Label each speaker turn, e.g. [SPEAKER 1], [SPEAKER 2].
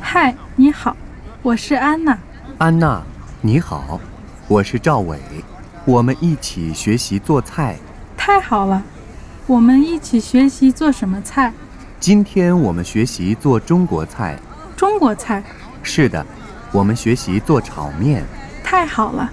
[SPEAKER 1] 嗨，你好，我是安娜。
[SPEAKER 2] 安娜，你好，我是赵伟，我们一起学习做菜。
[SPEAKER 1] 太好了，我们一起学习做什么菜？
[SPEAKER 2] 今天我们学习做中国菜。
[SPEAKER 1] 中国菜。
[SPEAKER 2] 是的，我们学习做炒面。
[SPEAKER 1] 太好了，